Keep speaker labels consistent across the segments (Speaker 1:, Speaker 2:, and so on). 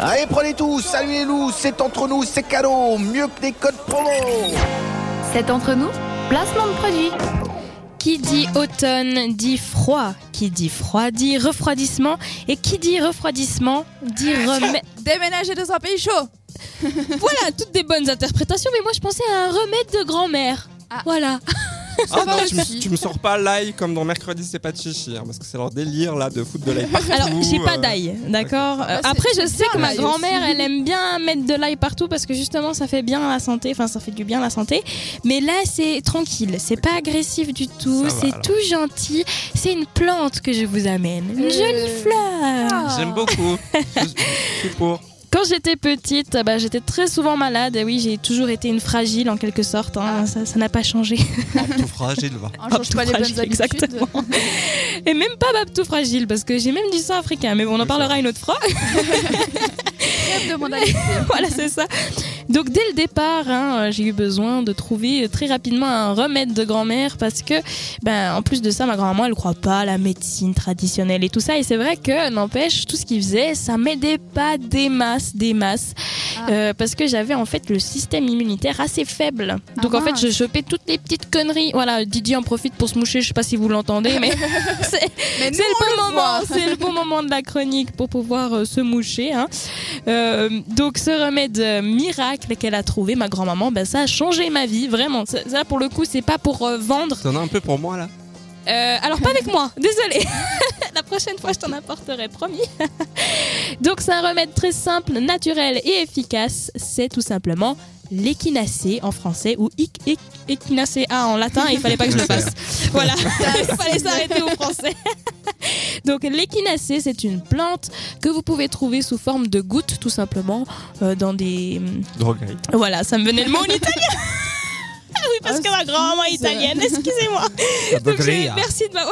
Speaker 1: Allez, prenez tout, saluez-nous, c'est entre nous, c'est cadeau, mieux que des codes promo.
Speaker 2: C'est entre nous, placement de produit.
Speaker 3: Qui dit automne dit froid, qui dit froid dit refroidissement, et qui dit refroidissement dit
Speaker 4: Ah,
Speaker 3: remède.
Speaker 4: Déménager dans un pays chaud.
Speaker 3: voilà, toutes des bonnes interprétations, mais moi je pensais à un remède de grand-mère.
Speaker 4: Ah.
Speaker 3: Voilà.
Speaker 4: pas
Speaker 5: Ah, non, tu, me-
Speaker 4: aussi.
Speaker 5: tu me sors pas l'ail comme dans Mercredi, c'est pas de chichi, hein, parce que c'est leur délire là de foutre de l'ail.
Speaker 3: Alors,
Speaker 5: partout,
Speaker 3: j'ai pas
Speaker 5: euh,
Speaker 3: d'ail, d'accord Euh,
Speaker 4: Ouais, Ah, c'est-
Speaker 3: Après, je
Speaker 4: c'est
Speaker 3: sais
Speaker 4: bien,
Speaker 3: que ma
Speaker 4: l'ail
Speaker 3: grand-mère,
Speaker 4: aussi.
Speaker 3: elle aime bien mettre de l'ail partout parce que justement, ça fait bien à la santé, enfin, ça fait du bien à la santé. Mais là, c'est tranquille, c'est pas agressif du tout,
Speaker 5: va,
Speaker 3: c'est
Speaker 5: alors.
Speaker 3: tout gentil. C'est une plante que je vous amène, une
Speaker 4: Euh. ah,
Speaker 3: jolie fleur.
Speaker 5: Ah. J'aime beaucoup. je, je suis pour.
Speaker 3: Quand j'étais petite, bah, j'étais très souvent malade. Et oui, j'ai toujours été une fragile en quelque sorte. hein.
Speaker 4: Ah.
Speaker 3: Ça ça n'a pas changé.
Speaker 5: Tout fragile, va.
Speaker 4: On change
Speaker 3: Hop,
Speaker 4: pas les bonnes
Speaker 3: fragile,
Speaker 4: habitudes.
Speaker 3: exactement. Et même pas bah, tout fragile, parce que j'ai même dit ça africain. Mais bon, on en
Speaker 5: Oui, ça
Speaker 3: parlera une autre fois.
Speaker 4: Rêve de mon ami.
Speaker 3: voilà, c'est ça. Donc dès le départ, hein, euh, j'ai eu besoin de trouver euh, très rapidement un remède de grand-mère parce que, ben, en plus de ça, ma grand-maman, elle croit pas à la médecine traditionnelle et tout ça. Et c'est vrai que, n'empêche, tout ce qu'il faisait, ça m'aidait pas des masses, des masses,
Speaker 4: Ah.
Speaker 3: Euh, parce que j'avais en fait le système immunitaire assez faible.
Speaker 4: Ah,
Speaker 3: Donc en fait,
Speaker 4: mince.
Speaker 3: je chopais toutes les petites conneries. Voilà, Didier en profite pour se moucher. Je sais pas si vous l'entendez, mais c'est-
Speaker 4: Mais nous,
Speaker 3: c'est
Speaker 4: on
Speaker 3: le bon moment,
Speaker 4: voit.
Speaker 3: c'est le bon moment de la chronique pour pouvoir euh, se moucher. hein. Euh, donc ce remède euh, miracle qu'elle a trouvé, ma grand-maman, ben, ça a changé ma vie, vraiment. Ça, ça, pour le coup, c'est pas pour euh, vendre.
Speaker 5: T'en as un peu pour moi là
Speaker 3: Euh, alors pas avec moi, désolée. la prochaine fois, je t'en apporterai, promis. donc c'est un remède très simple, naturel et efficace. C'est tout simplement l'équinacée en français ou ic- ic- équinacea en latin. Il fallait pas que je le fasse. Voilà, il fallait s'arrêter au français. Donc l'équinacée, c'est une plante que vous pouvez trouver sous forme de gouttes, tout simplement, euh, dans des... euh,
Speaker 5: Droguerie.
Speaker 3: Voilà, ça me venait le mot en italien. oui, parce
Speaker 4: Ah,
Speaker 3: que ma grand-maman est
Speaker 4: c'est-
Speaker 3: italienne, excusez-moi. Donc, j'ai- Merci de ma...
Speaker 5: ah,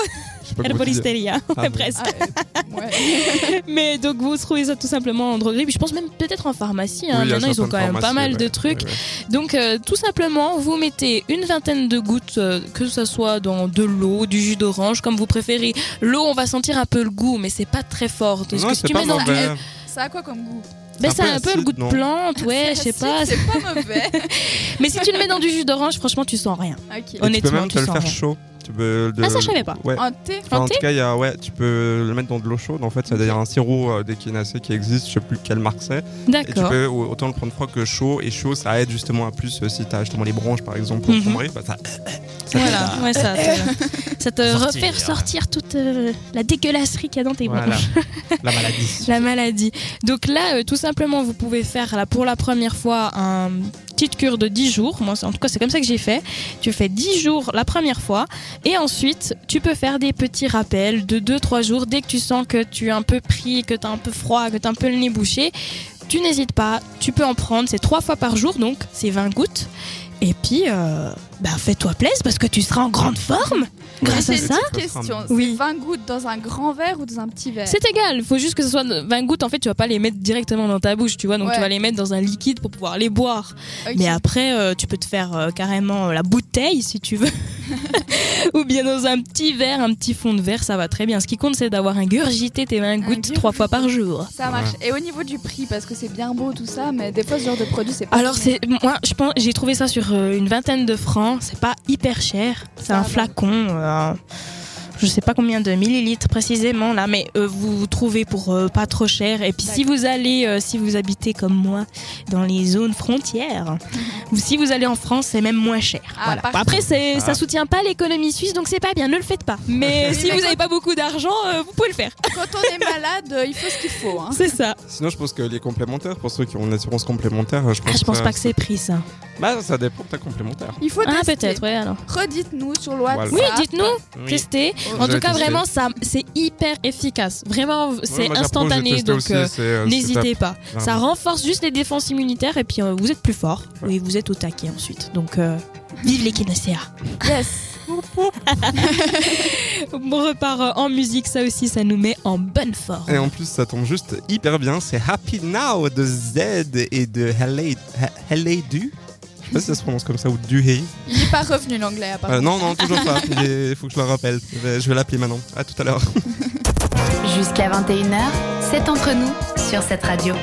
Speaker 5: Je peux
Speaker 3: Herboristeria,
Speaker 5: Ah,
Speaker 3: presque.
Speaker 4: Ah, euh, ouais.
Speaker 3: Mais donc vous trouvez ça tout simplement en droguerie, puis je pense même peut-être en pharmacie. hein. Maintenant, ils ont quand même pas mal de trucs. Donc euh, tout simplement, vous mettez une vingtaine de gouttes, euh, que ce soit dans de l'eau, du jus d'orange, comme vous préférez. L'eau, on va sentir un peu le goût, mais c'est pas très fort. Parce que
Speaker 5: Non,
Speaker 3: si
Speaker 5: c'est
Speaker 3: tu
Speaker 5: pas
Speaker 3: mets dans-
Speaker 5: mauvais.
Speaker 4: Ça a quoi comme goût
Speaker 3: Ben,
Speaker 5: un
Speaker 3: c'est
Speaker 5: peu
Speaker 3: un peu le
Speaker 5: acide,
Speaker 3: goût de
Speaker 5: non
Speaker 3: plante, ouais, je sais
Speaker 4: Acide,
Speaker 3: pas.
Speaker 4: C'est pas mauvais.
Speaker 3: Mais si tu le mets dans du jus d'orange, franchement, tu sens rien.
Speaker 4: ok.
Speaker 5: Et tu peux
Speaker 3: Honnêtement,
Speaker 5: même
Speaker 3: tu
Speaker 5: te le
Speaker 3: sens
Speaker 5: faire
Speaker 3: rien.
Speaker 5: chaud. Tu peux le-
Speaker 3: Ah, ça, je savais pas.
Speaker 5: Ouais.
Speaker 4: Un thé
Speaker 5: Enfin, en
Speaker 3: thé
Speaker 5: tout cas, il y a, ouais, tu peux le mettre dans de l'eau chaude. En fait, ça d'ailleurs un sirop euh, d'équinacée qui existe, je sais plus quelle marque c'est. Et tu
Speaker 3: D'accord.
Speaker 5: peux au- autant le prendre froid que chaud. Et chaud, ça aide justement à plus euh, si t'as justement les branches par exemple pour
Speaker 3: Mhm.
Speaker 5: sombrer. Bah, ça, ça
Speaker 3: Voilà,
Speaker 5: t'aide à-
Speaker 3: ouais, ça te, ça te
Speaker 5: Sortir.
Speaker 3: repère sortir toute euh, la dégueulasserie qu'il y a dans tes
Speaker 5: Voilà.
Speaker 3: bronches.
Speaker 5: La maladie.
Speaker 3: La maladie. Donc là, euh, tout simplement, vous pouvez faire là, pour la première fois un petite cure de 10 jours. Moi, c'est- en tout cas, c'est comme ça que j'ai fait. Tu fais 10 jours la première fois et ensuite, tu peux faire des petits rappels de 2-3 jours dès que tu sens que tu es un peu pris, que tu as un peu froid, que tu as un peu le nez bouché. Tu n'hésites pas, tu peux en prendre, c'est 3 fois par jour, donc c'est 20 gouttes. Et puis, euh, bah, fais-toi plaisir parce que tu seras en grande forme grâce à
Speaker 4: J'ai une
Speaker 3: ça.
Speaker 4: petite question.
Speaker 3: Oui.
Speaker 4: C'est 20 gouttes dans un grand verre ou dans un petit verre
Speaker 3: C'est égal, il faut juste que ce soit 20 gouttes. En fait, tu vas pas les mettre directement dans ta bouche, tu vois. Donc,
Speaker 4: Ouais.
Speaker 3: tu vas les mettre dans un liquide pour pouvoir les boire.
Speaker 4: Ok.
Speaker 3: Mais après, euh, tu peux te faire euh, carrément euh, la bouteille si tu veux. Ou bien dans un petit verre, un petit fond de verre, ça va très bien. Ce qui compte, c'est d'avoir ingurgité tes 20 gouttes
Speaker 4: Ingurgité.
Speaker 3: trois fois par jour.
Speaker 4: Ça marche. Et au niveau du prix, parce que c'est bien beau tout ça, mais des fois ce genre de produit c'est pas.
Speaker 3: Alors
Speaker 4: donné.
Speaker 3: c'est moi je pense j'ai trouvé ça sur euh, une vingtaine de francs, c'est pas hyper cher, c'est
Speaker 4: Ça
Speaker 3: un
Speaker 4: va.
Speaker 3: flacon euh, je sais pas combien de millilitres précisément là mais euh, vous, vous trouvez pour euh, pas trop cher et puis si vous allez euh, si vous habitez comme moi dans les zones frontières ou si vous allez en France c'est même moins cher.
Speaker 4: Mhm. Ah,
Speaker 3: Voilà.
Speaker 4: parfait.
Speaker 3: Après c'est
Speaker 5: Ah.
Speaker 3: ça soutient pas l'économie suisse donc c'est pas bien, ne le faites pas. Mais
Speaker 4: Oui,
Speaker 3: si
Speaker 4: mais
Speaker 3: vous
Speaker 4: quand-
Speaker 3: avez pas beaucoup d'argent, euh, vous pouvez le faire.
Speaker 4: Quand on est malade, euh, il faut ce qu'il faut. Hein.
Speaker 3: C'est ça.
Speaker 5: Sinon, je pense que les complémentaires, pour ceux qui ont une assurance complémentaire, je pense,
Speaker 3: Ah, je pense
Speaker 5: que-
Speaker 3: pas que c'est pris ça.
Speaker 5: Bah, ça dépend de ta complémentaire.
Speaker 4: Il faut
Speaker 3: Ah
Speaker 4: tester.
Speaker 3: peut-être ouais alors.
Speaker 4: Redites-nous sur le WhatsApp.
Speaker 3: Oui, dites-nous,
Speaker 5: Oui.
Speaker 3: testez. En
Speaker 5: J'avais
Speaker 3: tout cas,
Speaker 5: testé.
Speaker 3: vraiment, ça, c'est hyper efficace. Vraiment,
Speaker 5: Ouais,
Speaker 3: c'est
Speaker 5: moi, j'apprends, j'ai
Speaker 3: instantané,
Speaker 5: testé
Speaker 3: donc
Speaker 5: aussi,
Speaker 3: euh,
Speaker 5: c'est, euh, c'est
Speaker 3: n'hésitez pas.
Speaker 5: top,
Speaker 3: Ça
Speaker 5: vraiment.
Speaker 3: renforce juste les défenses immunitaires et puis euh, vous êtes plus fort.
Speaker 5: Ouais.
Speaker 3: Et vous êtes au taquet ensuite. Donc, euh, vive les Kinacea.
Speaker 4: Yes.
Speaker 3: On repart euh, en musique, ça aussi, ça nous met en bonne forme.
Speaker 5: Et en plus, ça tombe juste hyper bien. C'est Happy Now de Z et de Haley Haley Du. Je sais pas si ça se prononce comme ça ou Duhey.
Speaker 4: Il n'est pas revenu l'anglais à part.
Speaker 5: Euh, non, non, toujours pas. Il faut que je le rappelle. Je vais- Je vais l'appeler maintenant. À tout à l'heure.
Speaker 2: Jusqu'à 21h, c'est entre nous sur cette radio.